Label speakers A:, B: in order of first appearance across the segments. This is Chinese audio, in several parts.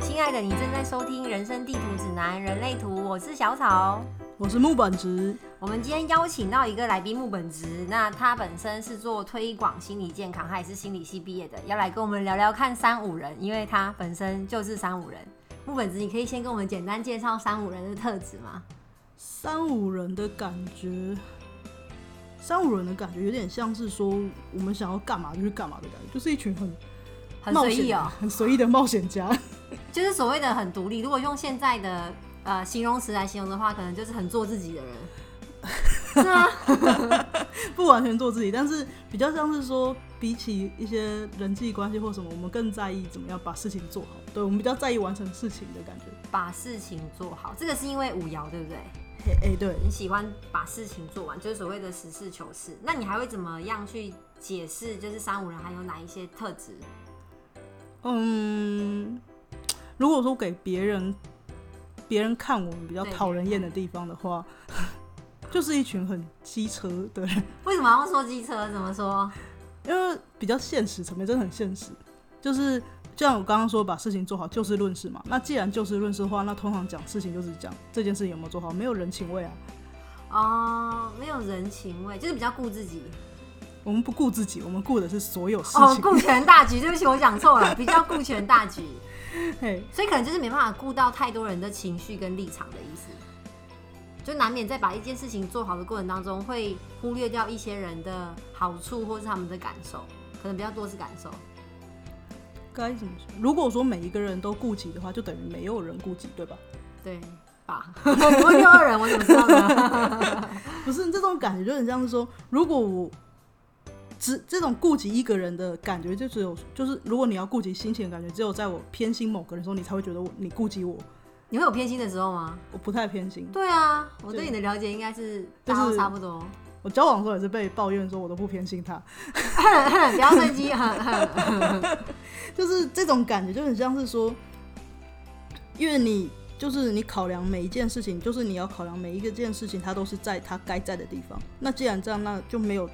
A: 亲爱的，你正在收听《人生地图指南：人类图》，我是小草。
B: 我是木本直，
A: 我们今天邀请到一个来宾木本直，那他本身是做推广心理健康，他也是心理系毕业的，要来跟我们聊聊看三五人，因为他本身就是三五人。木本直，你可以先跟我们简单介绍三五人的特质吗？
B: 三五人的感觉，三五人的感觉有点像是说我们想要干嘛就去干嘛的感觉，就是一群很
A: 很
B: 冒
A: 随
B: 险
A: 意
B: 的
A: 哦、
B: 很随意的冒险家。
A: 就是所谓的很独立。如果用现在的呃形容词来形容的话，可能就是很做自己的 人，是吗？
B: 不完全做自己，但是比较像是说，比起一些人际关系或什么，我们更在意怎么样把事情做好。对我们比较在意完成事情的感觉。
A: 把事情做好，这个是因为五爻，对不对？
B: 嘿，哎、对，
A: 你喜欢把事情做完，就是所谓的实事求是。那你还会怎么样去解释？就是三五人还有哪一些特质？
B: 嗯，如果说给别人别人看我们比较
A: 对
B: 讨人厌的地方的话， 就是一群很机车的人。
A: 为什么要说机车？怎么说？
B: 因为比较现实层面，真的很现实。就是就像我刚刚说，把事情做好，就事论事嘛。那既然就事论事的话，那通常讲事情就是讲这件事情有没有做好，没有人情味啊。
A: 哦，没有人情味，就是比较顾自己
B: 我们不顾自己，我们顾的是所有事
A: 哦，
B: 情。
A: 顾全大局。对不起，我讲错了，比较顾全大局，
B: 嘿，
A: 所以可能就是没办法顾到太多人的情绪跟立场的意思，就难免在把一件事情做好的过程当中，会忽略掉一些人的好处或是他们的感受，可能比较多是感受。
B: 该怎么说？如果说每一个人都顾及的话，就等于没有人顾及，对吧？
A: 对吧？我第二人，我怎么知道 呢？
B: 不是这种感觉，就很像是说，如果我只这种顾及一个人的感觉，就只有就是如果你要顾及心情的感觉，只有在我偏心某个人的时候，你才会觉得我你顾及我。
A: 你会有偏心的时候吗？
B: 我不太偏心，
A: 对啊，我对你的了解应该是大家都差不多。
B: 我交往的时候也是被抱怨说我都不偏心他，
A: 不要生气，
B: 就是这种感觉就很像是说，因为你就是你考量每一件事情，就是你要考量每一个件事情，它都是在它该在的地方。那既然这样，那就没有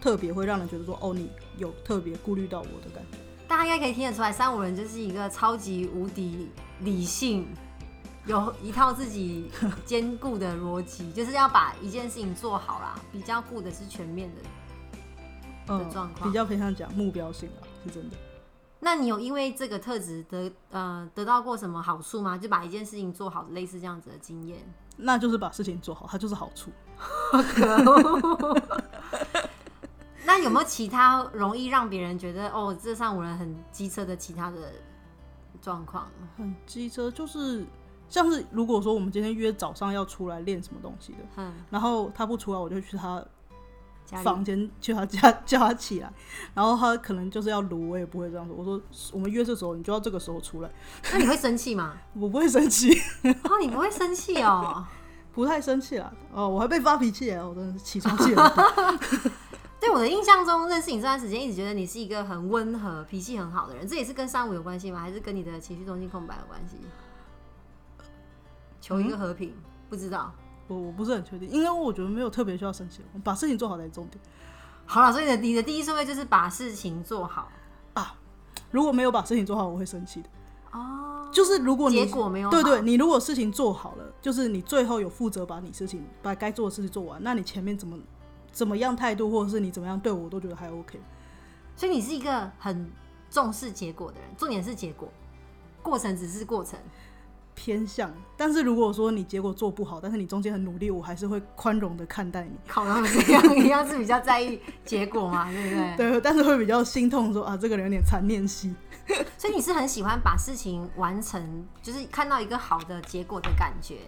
B: 特别会让人觉得说哦，你有特别顾虑到我的感觉。
A: 大家应该可以听得出来，三五人就是一个超级无敌理性，有一套自己坚固的逻辑， 就是要把一件事情做好啦，比较顾的是全面的。的
B: 嗯
A: 状，况
B: 比较偏向讲目标性啊，是真的。
A: 那你有因为这个特质得呃得到过什么好处吗？就把一件事情做好，类似这样子的经验。
B: 那就是把事情做好，它就是好处。
A: 那有没有其他容易让别人觉得哦，这上五人很机车的其他的状况？
B: 很机车，就是像是如果说我们今天约早上要出来练什么东西的，
A: 嗯，
B: 然后他不出来，我就去他
A: 家里
B: 房间叫他叫 叫他起来，然后他可能就是要撸，我也不会这样说。我说我们约这时候，你就要这个时候出来，
A: 那你会生气吗？
B: 我不会生气，
A: 哦，你不会生气哦。
B: 不太生气啦。哦，我还被发脾气耶，我真的是起床气很大。
A: 对我的印象中，认识你这段时间，一直觉得你是一个很温和、脾气很好的人。这也是跟三五有关系吗？还是跟你的情绪中心空白有关系？求一个和平，不知道。
B: 我我不是很确定，因为我觉得没有特别需要生气，我把事情做好才是重点
A: 好了，所以你的你的第一顺位就是把事情做好
B: 啊。如果没有把事情做好，我会生气的。
A: 哦。
B: 就是如果你
A: 结果没有好
B: 对对，你如果事情做好了，就是你最后有负责把你事情把该做的事情做完，那你前面怎么怎么样态度，或者是你怎么样对我，我都觉得还 OK。
A: 所以你是一个很重视结果的人，重点是结果，过程只是过程。
B: 偏向，但是如果说你结果做不好，但是你中间很努力，我还是会宽容的看待你。
A: 考到这样一样是比较在意结果嘛， 对不对？
B: 对，但是会比较心痛说啊，这个人有点残念心。
A: 所以你是很喜欢把事情完成，就是看到一个好的结果的感觉。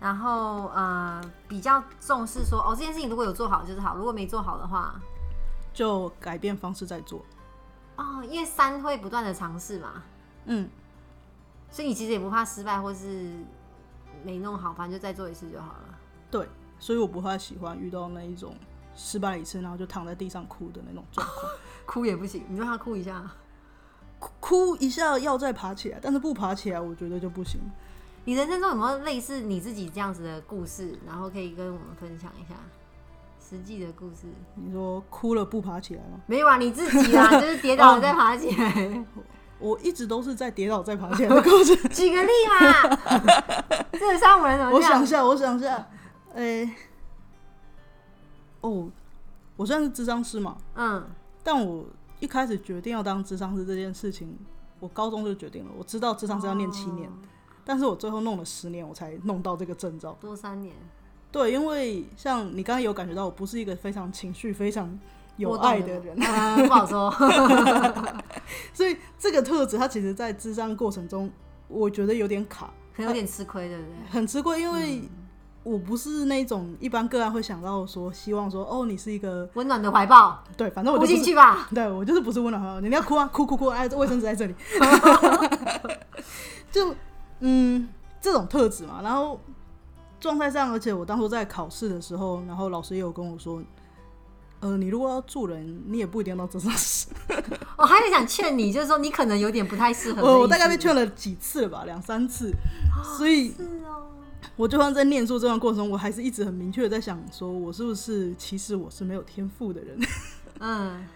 A: 然后呃，比较重视说哦，这件事情如果有做好就是好，如果没做好的话，
B: 就改变方式在做。
A: 哦，因为三会不断的尝试嘛，
B: 嗯，
A: 所以你其实也不怕失败或是没弄好，反正就再做一次就好了。
B: 对，所以我不太喜欢遇到那一种失败一次，然后就躺在地上哭的那种状况。
A: 哭也不行，你让他哭一下。
B: 哭啊哭一下要再爬起来，但是不爬起来，我觉得就不行。
A: 你人生中有没有类似你自己这样子的故事，然后可以跟我们分享一下实际的故事？
B: 你说哭了不爬起来吗？
A: 没有啊，你自己啊，就是跌倒了再爬起来。
B: 我一直都是在跌倒再爬起来的过程。
A: 举个例 嘛，这个三五人怎么
B: 我
A: 这样
B: 想一下，我想一下，哎、哦，我虽然是智商师嘛，
A: 嗯
B: 但我一开始决定要当智商师这件事情，我高中就决定了。我知道智商师要念七年，但是我最后弄了十年，我才弄到这个证照。
A: 多三年，
B: 对，因为像你刚刚有感觉到，我不是一个非常情绪非常有
A: 波动
B: 爱的人，
A: 嗯不好说。
B: 所以这个特质它其实在智商过程中，我觉得有点卡，
A: 可能有点吃亏，对不对？
B: 很吃亏，因为。
A: 嗯
B: 我不是那种一般个案会想到说，希望说哦，你是一个
A: 温暖的怀抱，
B: 对，反正 我
A: 扑
B: 就不
A: 进
B: 是
A: 去吧。
B: 对我就是不是温暖很好，你要哭啊，哭哭哭，哎，卫生纸 在这里， 就嗯这种特质嘛。然后状态上，而且我当初在考试的时候，然后老师也有跟我说，呃，你如果要助人，你也不一定要当真事。
A: 我还是想劝你，就是说你可能有啊点不太适合。
B: 哦 我我大概被劝了几次了吧，两三次，所以
A: 是哦，
B: 我就算在念书这段过程中，我还是一直很明确的在想，说我是不是其实我是没有天赋的人。
A: 嗯，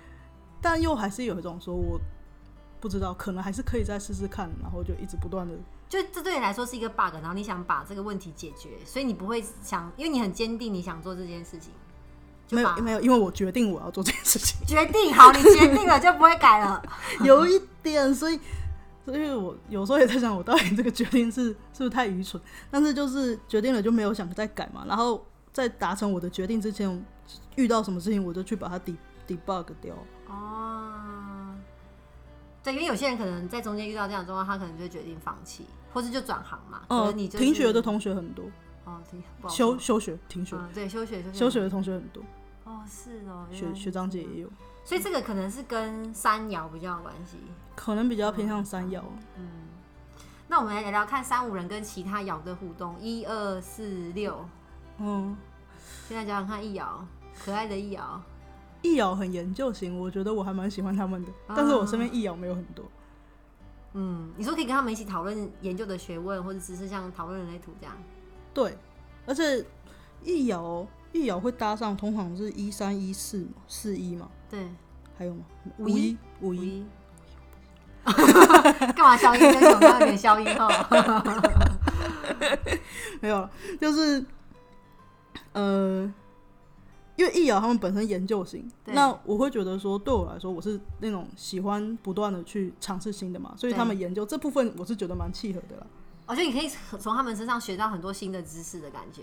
B: 但又还是有一种说我不知道，可能还是可以再试试看，然后就一直不断的
A: 就这对你来说是一个 bug，然后你想把这个问题解决，所以你不会想，因为你很坚定你想做这件事情，就
B: 没有
A: 把
B: 没有，因为我决定我要做这件 事情，
A: 决定好，你决定了就不会改了。
B: 有一点，所以所以我有时候也在想，我到底这个决定是是不是太愚蠢？但是就是决定了就没有想再改嘛，然后在达成我的决定之前，遇到什么事情我就去把它 de debug 掉。
A: 哦，对，因为有些人可能在中间遇到这样的状况，他可能就会决定放弃，或是就转行嘛。可
B: 嗯，
A: 是你就是
B: 停学的同学很多，
A: 哦，停不好
B: 休
A: 说
B: 休学停学、
A: 嗯，对休学休
B: 休学的同学很多，
A: 哦是哦，原
B: 学
A: 来
B: 学长姐也有，
A: 所以这个可能是跟山摇比较有关系。
B: 可能比较偏向山药。
A: 嗯，那我们来聊聊看三五人跟其他摇的互动，一二四六。
B: 嗯，
A: 现在讲讲看，一摇，可爱的一摇，
B: 易遥很研究型，我觉得我还蛮喜欢他们的，但是我身边易遥没有很多。
A: 嗯，你说可以跟他们一起讨论研究的学问，或者只是像讨论人类图这样。
B: 对，而且易遥易遥会搭上，通常是一三一四嘛，四一嘛，
A: 对，
B: 还有吗？
A: 五
B: 五一五一，
A: 一， 干嘛消音？有种有点消音哦。
B: 没有了，就是呃，因为易遥他们本身研究型，
A: 对
B: 那我会觉得说，对我来说，我是那种喜欢不断的去尝试新的嘛，所以
A: 对
B: 他们研究这部分，我是觉得蛮契合的啦。
A: 我觉得你可以从他们身上学到很多新的知识的感觉。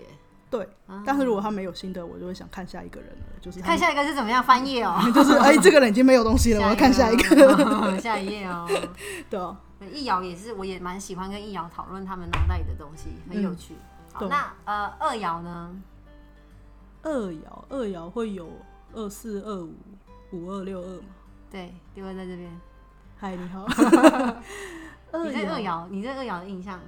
B: 对，
A: 啊
B: 但是如果他没有新的，我就会想看下一个人了，就是他
A: 看
B: 们
A: 下一个是怎么样翻页哦。
B: 就是哎、这个人已经没有东西 了，我要看下一个。
A: 个， 下一页哦。
B: 对啊，
A: 易遥也是，我也蛮喜欢跟易遥讨论他们脑袋里的东西，很有趣。好，
B: 嗯懂
A: 那呃，二爻呢？
B: 二爻二爻会有二四二五五二六二嘛？
A: 对，丢在这边。
B: 嗨，你 好。
A: 你对二爻，你对二爻的印象？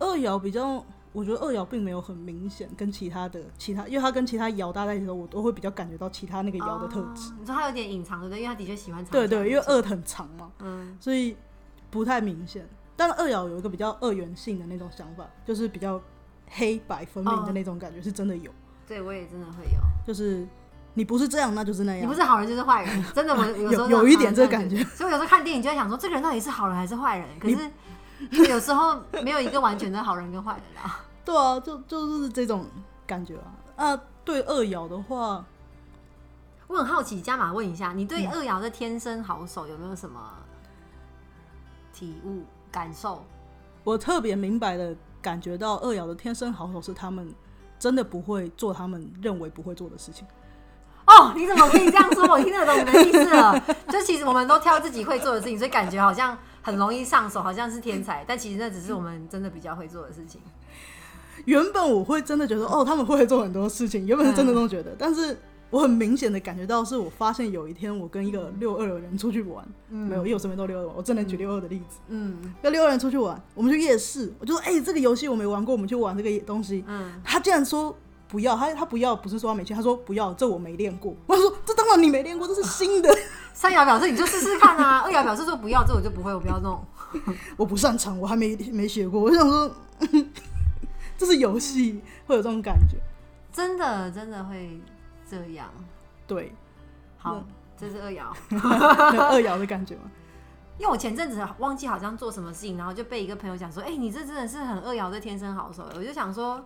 B: 二爻比较，我觉得二爻并没有很明显，跟其他的其他，因为它跟其他爻搭在一起的时候，我都会比较感觉到其他那个爻的特质。
A: 哦你说他有点隐藏，对不对？因为他的确喜欢藏。
B: 对对，因为二很长嘛，
A: 嗯，
B: 所以不太明显。但是二爻有一个比较二元性的那种想法，就是比较黑白分明的那种感觉，是真的有，
A: 对我也真的会有。
B: 就是你不是这样，那就是那
A: 你
B: 样
A: 不。是好人就是坏人，真的，我有时候嗯
B: 有有一点这个感觉
A: 觉。所以我有时候看电影就在想说，这个人到底是好人还是坏人？可是就有时候没有一个完全的好人跟坏人啊。
B: 对啊，就就是这种感觉啊。啊，对二爻的话，
A: 我很好奇，加码问一下，你对二爻的天生好手有没有什么体悟感受？
B: 我特别明白的感觉到二爻的天生好手是他们真的不会做他们认为不会做的事情。
A: 哦，你怎么可以这样说？我听得懂你的意思了。 就其实我们都挑自己会做的事情，所以感觉好像很容易上手，好像是天才，但其实那只是我们真的比较会做的事情。
B: 原本我会真的觉得哦，他们会做很多事情，原本是真的都觉
A: 嗯
B: 得，但是我很明显的感觉到，是我发现有一天我跟一
A: 嗯
B: 个六二的人出去玩，没有，因为我身边都六二，我真的举六二的例子，
A: 嗯
B: 跟六二人出去玩，我们去夜市，我就说哎、这个游戏我没玩过，我们去玩这个东西，
A: 嗯，
B: 他竟然说不要，他他不要，不是说他没钱，他说不要，这我没练过。 我说这当然你没练过，这是新的，
A: 三爻表示你就试试看啊，二 爻表示说不要，这我就不会，我不要弄。
B: 我不擅长，我还没没学过。我想说， 嗯这是游戏会有这种感觉，
A: 真的真的会这样。
B: 对，
A: 好，
B: 嗯
A: 这是二爻。
B: 那二爻的感觉嘛。
A: 因为我前阵子忘记好像做什么事情，然后就被一个朋友讲说：“哎、你这真的是很恶爻，这天生好手。”我就想说，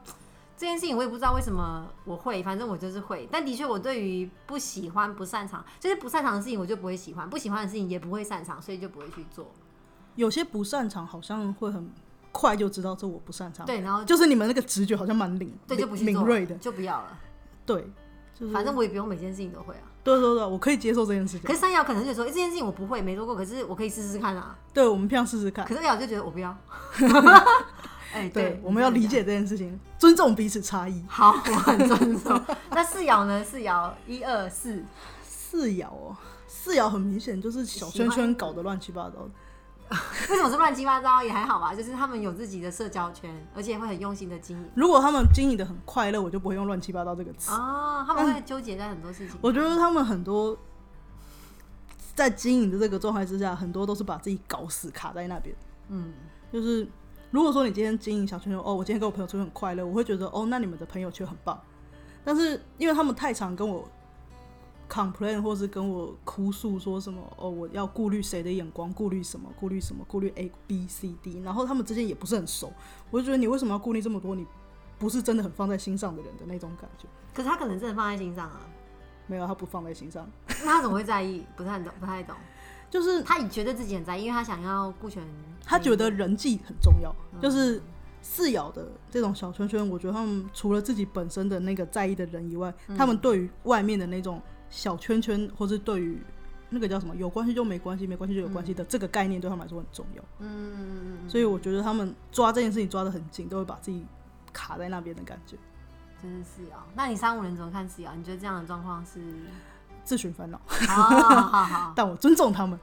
A: 这件事情我也不知道为什么我会，反正我就是会。但的确，我对于不喜欢、不擅长，就是不擅长的事情，我就不会喜欢；不喜欢的事情也不会擅长，所以就不会去做。
B: 有些不擅长好像会很快就知道这我不擅长，，
A: 对，然后
B: 就是你们那个直觉好像蛮灵，
A: 对就不去
B: 敏
A: 做了
B: 锐的，
A: 就不要了。
B: 对，就是
A: 反正我也不用每件事情都会啊。
B: 对对对，我可以接受这件事情
A: 可。是三爻可能就说：“哎、这件事情我不会，没做过，可是我可以试试看啊。
B: 对，我们平常试试”看。
A: 可是二爻就觉得我不要。 哎、
B: 对
A: 对，，
B: 我们要
A: 你这样
B: 理
A: 讲
B: 解这件事情，尊重彼此差异。
A: 好，我很尊重。那四爻呢？四爻一二四，
B: 四爻哦，四爻很明显就是小圈圈搞得乱七八糟的。
A: 为什么是乱七八糟？也还好吧，就是他们有自己的社交圈，而且会很用心的经营。
B: 如果他们经营的很快乐，我就不会用乱七八糟这个词。
A: 哦，他们会纠结在很多事情。
B: 嗯我觉得他们很多在经营的这个状态之下，很多都是把自己搞死卡在那边。
A: 嗯，
B: 就是如果说你今天经营小圈圈，哦，我今天跟我朋友出去很快乐，我会觉得哦，那你们的朋友圈很棒。但是因为他们太常跟我 complain 或是跟我哭诉说什么哦，我要顾虑谁的眼光，顾虑什么，顾虑什么，顾虑 A B C D，然后他们之间也不是很熟，我就觉得你为什么要顾虑这么多？你不是真的很放在心上的人的那种感觉。
A: 可是他可能真的放在心上啊，
B: 没有，他不放在心上，
A: 那他怎么会在意？不太懂，不太懂。
B: 就是
A: 他也觉得自己很在意，因为他想要顾全。
B: 他觉得人际很重要，
A: 嗯
B: 就是四爻的这种小圈圈，我觉得他们除了自己本身的那个在意的人以外，他们对于外面的那种小圈圈，或是对于那个叫什么有关系就没关系，没关系就有关系的这个概念，对他们来说很重要。
A: 嗯，
B: 所以我觉得他们抓这件事情抓得很紧，都会把自己卡在那边的感觉，
A: 就是四爻。那你三五人怎么看四爻？你觉得这样的状况是？
B: 自寻烦恼。
A: 哦，好好。
B: 但我尊重他们，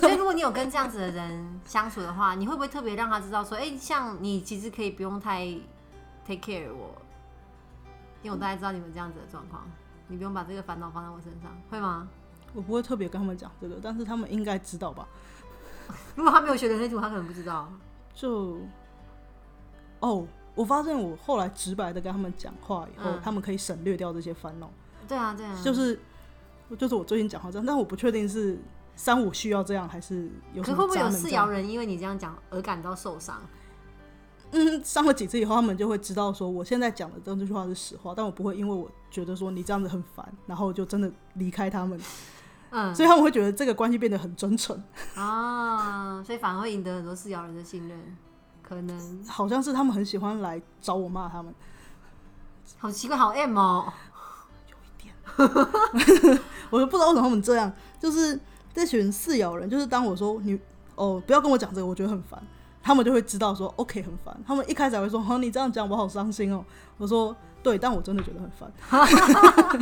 A: 所以，如果你有跟这样子的人相处的话，你会不会特别让他知道说，哎、像你其实可以不用太 take care 我，因为我大概知道你们这样子的状况，你不用把这个烦恼放在我身上，会吗？
B: 我不会特别跟他们讲这个，但是他们应该知道吧。
A: 如果他没有学人类图，他可能不知道。
B: 就哦，我发现我后来直白的跟他们讲话以后，
A: 嗯
B: 他们可以省略掉这些烦恼。
A: 对啊，对啊，
B: 就是就是我最近讲话这样，但我不确定是三五需要这样，还是有
A: 可
B: 什
A: 是
B: 么
A: 会不会有
B: 渣男
A: 四
B: 这
A: 爻
B: 样
A: 人因为你这样讲而感到受伤？
B: 嗯，上了几次以后，他们就会知道说我现在讲的这句话是实话，但我不会因为我觉得说你这样子很烦，然后就真的离开他们，
A: 嗯
B: 所以他们会觉得这个关系变得很真诚，
A: 啊，所以反而会赢得很多四爻人的信任，可能
B: 好像是他们很喜欢来找我骂他们。
A: 好奇怪，好 M 哦，
B: 我就不知道为什么他们这样，就是这群四爻人，就是当我说你哦不要跟我讲这个，我觉得很烦，他们就会知道说 OK 很烦。他们一开始还会说哦你这样讲我好伤心哦，我说对，但我真的觉得很烦。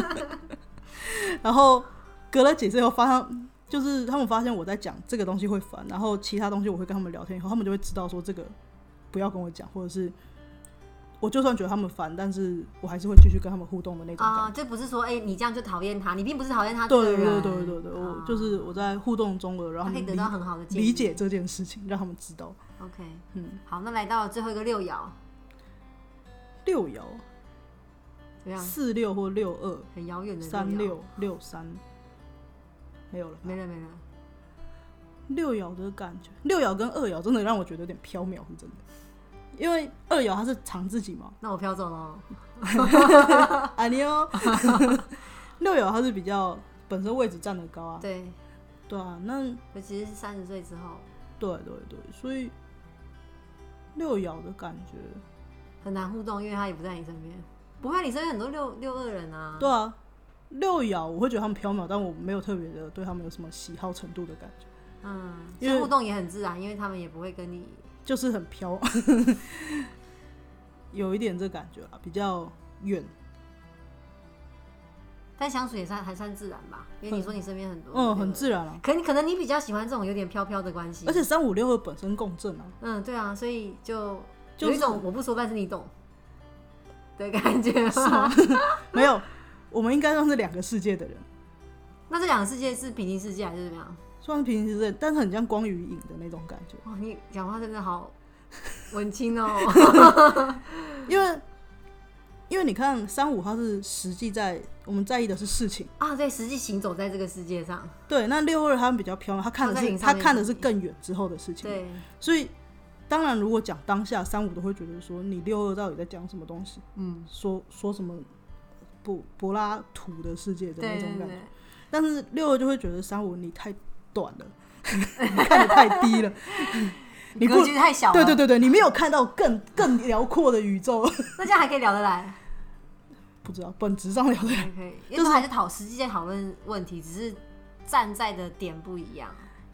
B: 然后隔了几次以后，发现就是他们发现我在讲这个东西会烦，然后其他东西我会跟他们聊天以后，他们就会知道说这个不要跟我讲，或者是。我就算觉得他们烦，但是我还是会继续跟他们互动的那种感觉。
A: 啊，就不是说哎、诶你这样就讨厌他，你并不是讨厌他这个
B: 对对
A: 人，
B: 对对对，我
A: 啊
B: 就是我在互动中了，然后
A: 他可以得到很好的建议
B: 理解这件事情，让他们知道。
A: OK，
B: 嗯，
A: 好，那来到了最后一个六爻，
B: 六爻
A: 怎么样？
B: 四六或六二
A: 很遥远的
B: 三
A: 爻，
B: 六六三，没有了吧。
A: 没了没了。
B: 六爻的感觉，六爻跟二爻真的让我觉得有点飘渺，是真的。因为二爻它是藏自己 嘛，
A: 那我飘走了。
B: 啊你哦， 六爻它是比较本身位置占得高啊，
A: 对，
B: 对啊，那
A: 尤其是三十岁之后，
B: 对对对，所以六爻的感觉，
A: 很难互动，因为他也不在你身边。不会啊，你身边很多六六二人啊。
B: 对啊，六爻我会觉得他们缥缈，但我没有特别的对他们有什么喜好程度的感觉，
A: 嗯，
B: 因
A: 所
B: 为
A: 以互动也很自然，因为他们也不会跟你。
B: 就是很飘， 有一点这感觉啊啦，比较远。
A: 但相处也算还算自然吧，因为你说你身边很多，
B: 嗯，很。自然啊。
A: 可可能你比较喜欢这种有点飘飘的关系，
B: 而且三五六二本身共振啊，
A: 嗯，对啊，所以就
B: 就
A: 有一
B: 是
A: 种我不说，但是你懂的感觉吧。嗯
B: 没有，我们应该算是两个世界的人，
A: 那这两个世界是平行世界还是怎么样？
B: 虽然平行世界，但是很像光与影的那种感觉。
A: 哇，你讲话真的好文青哦。
B: 因为因为你看三五它是实际在我们在意的是事情，
A: 啊，对，实际行走在这个世界上，
B: 对，那六二它比较飘渺，它看的
A: 它在
B: 是
A: 你
B: 它
A: 上面
B: 看的是更远之后的事情，
A: 对，
B: 所以当然如果讲当下三五都会觉得说你六二到底在讲什么东西，
A: 嗯，
B: 说说什么柏柏拉图的世界的那
A: 对
B: 种
A: 对
B: 感觉，
A: 对，
B: 但是六二就会觉得三五你太短了， 你看的太 低了，你不
A: 格局太小了，
B: 对对，对对，你没有看到更更辽阔的宇宙，
A: 那这样还可以聊得来，
B: 不知道本质上聊的
A: 还可以，因为
B: 就是
A: 他还是讨实际在讨论问题，只是站在的点不一样，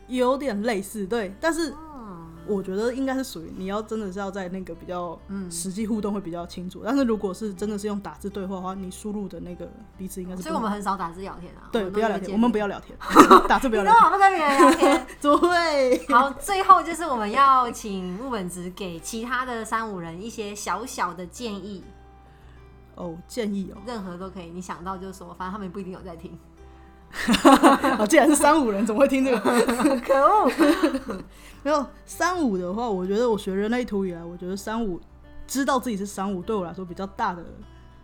B: 有点类似，对，但是
A: 嗯，
B: 我觉得应该是属于你要真的是要在那个比较
A: 嗯
B: 实际互动会比较清楚，但是如果是真的是用打字对话的话，你输入的那个彼此应该
A: 哦
B: 是不
A: 所以我们很少打字聊天啊，
B: 对
A: 们
B: 不
A: 都
B: 要
A: 没
B: 聊
A: 有
B: 天，
A: 见
B: 我们
A: 面
B: 不要聊天， 打字不要
A: 你
B: 聊
A: 干
B: 天，
A: 嘛不跟别人聊天？
B: 怎么会？
A: 好，最后就是我们要请木本子给其他的三五人一些小小的建议，
B: 哦，建议
A: 任何都可以，你想到就说，反正他们不一定有在听。
B: 哦，哦，既然是三五人，怎么会听这个？
A: 可恶！
B: 没有三五的话，我觉得我学人类图以来，我觉得三五知道自己是三五，对我来说比较大的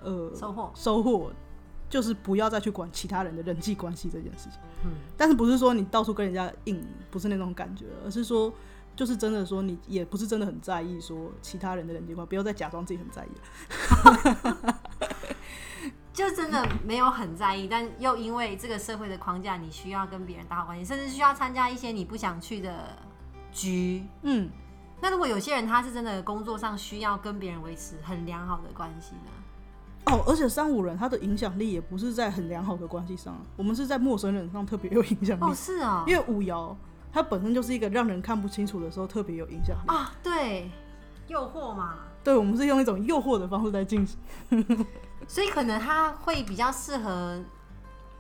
B: 呃
A: 收获
B: 收获就是不要再去管其他人的人际关系这件事情。
A: 嗯
B: 但是不是说你到处跟人家硬，不是那种感觉，而是说就是真的说你也不是真的很在意说其他人的人际关系，不要再假装自己很在意了。
A: 就真的没有很在意，但又因为这个社会的框架，你需要跟别人打好关系，甚至需要参加一些你不想去的局。
B: 嗯，
A: 那如果有些人他是真的工作上需要跟别人维持很良好的关系呢？
B: 哦，而且三五人他的影响力也不是在很良好的关系上啊，我们是在陌生人上特别有影响力。
A: 哦，是哦，
B: 因为五爻它本身就是一个让人看不清楚的时候特别有影响力。
A: 啊，对，诱惑嘛，
B: 对，我们是用一种诱惑的方式在进行。
A: 所以可能他会比较适合，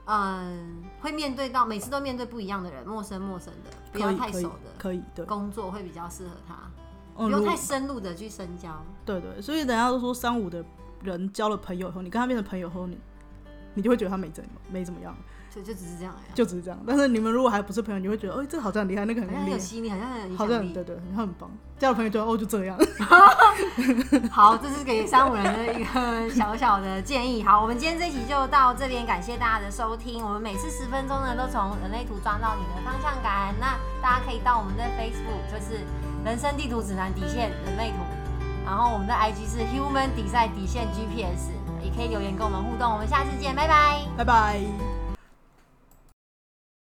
A: 嗯，会面对到每次都面对不一样的人，陌生陌生的，不
B: 可
A: 要
B: 以，
A: 太
B: 可以
A: 熟，的
B: 可以，对，
A: 工作会比较适合他，
B: 嗯，
A: 不
B: 如
A: 用
B: 果
A: 太深入的去深交。
B: 对对，所以人家都说三五的人交了朋友以后，你跟他变成朋友后，你你就会觉得他没怎么没怎么样，
A: 就就只是这样而已啊，
B: 就只是这样。但是你们如果还不是朋友，你就会觉得，哦，这个好像很厉害，那个
A: 好
B: 很
A: 像很
B: 厉
A: 有
B: 害，
A: 吸引力，好像很有影
B: 好像很
A: 响
B: 对对，他很棒。交了朋友就哦就这样，
A: 力。 好，这是给三五人的一个小小的建议。好，我们今天这期就到这边，感谢大家的收听。我们每次十分钟呢，都从人类图抓到你的方向感。那大家可以到我们的 Facebook，就是人生地图指南底线人类图，然后我们的 IG 是 Human 底赛底线 GPS，也可以留言跟我们互动。我们下次见，拜拜。
B: 拜拜。